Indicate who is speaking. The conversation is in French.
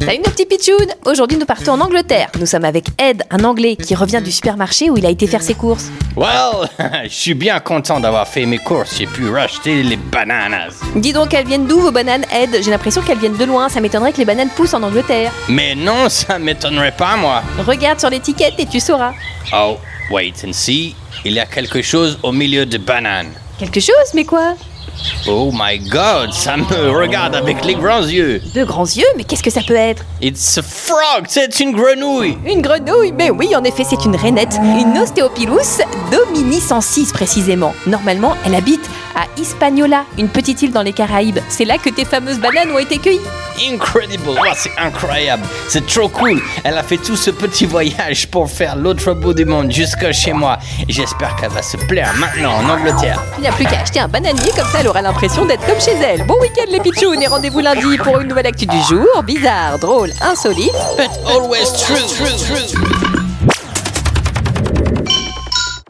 Speaker 1: Salut nos petits pitchounes Aujourd'hui nous partons en Angleterre. Nous sommes avec Ed, un Anglais, qui revient du supermarché où il a été faire ses courses.
Speaker 2: Well, je suis bien content d'avoir fait mes courses. J'ai pu racheter les bananes.
Speaker 1: Dis donc, elles viennent d'où vos bananes, Ed J'ai l'impression qu'elles viennent de loin, ça m'étonnerait que les bananes poussent en Angleterre.
Speaker 2: Mais non, ça m'étonnerait pas, moi.
Speaker 1: Regarde sur l'étiquette et tu sauras.
Speaker 2: Oh, wait and see. Il y a quelque chose au milieu des bananes.
Speaker 1: Quelque chose, mais quoi
Speaker 2: Oh my god, ça me regarde avec les grands yeux.
Speaker 1: De grands yeux, mais qu'est-ce que ça peut être
Speaker 2: It's a frog, c'est une grenouille.
Speaker 1: Une grenouille Mais oui, en effet, c'est une rainette. Une Osteopilus dominicensis, précisément. Normalement, elle habite à Hispaniola, une petite île dans les Caraïbes. C'est là que tes fameuses bananes ont été cueillies.
Speaker 2: Incredible, Oh, c'est incroyable, c'est trop cool. Elle a fait tout ce petit voyage pour faire l'autre bout du monde jusqu'à chez moi. J'espère qu'elle va se plaire maintenant en Angleterre.
Speaker 1: Il n'y a plus qu'à acheter un bananier, comme ça elle aura l'impression d'être comme chez elle. Bon week-end les pitchounes et rendez-vous lundi pour une nouvelle actu du jour. Bizarre, drôle, insolite.
Speaker 2: But always true.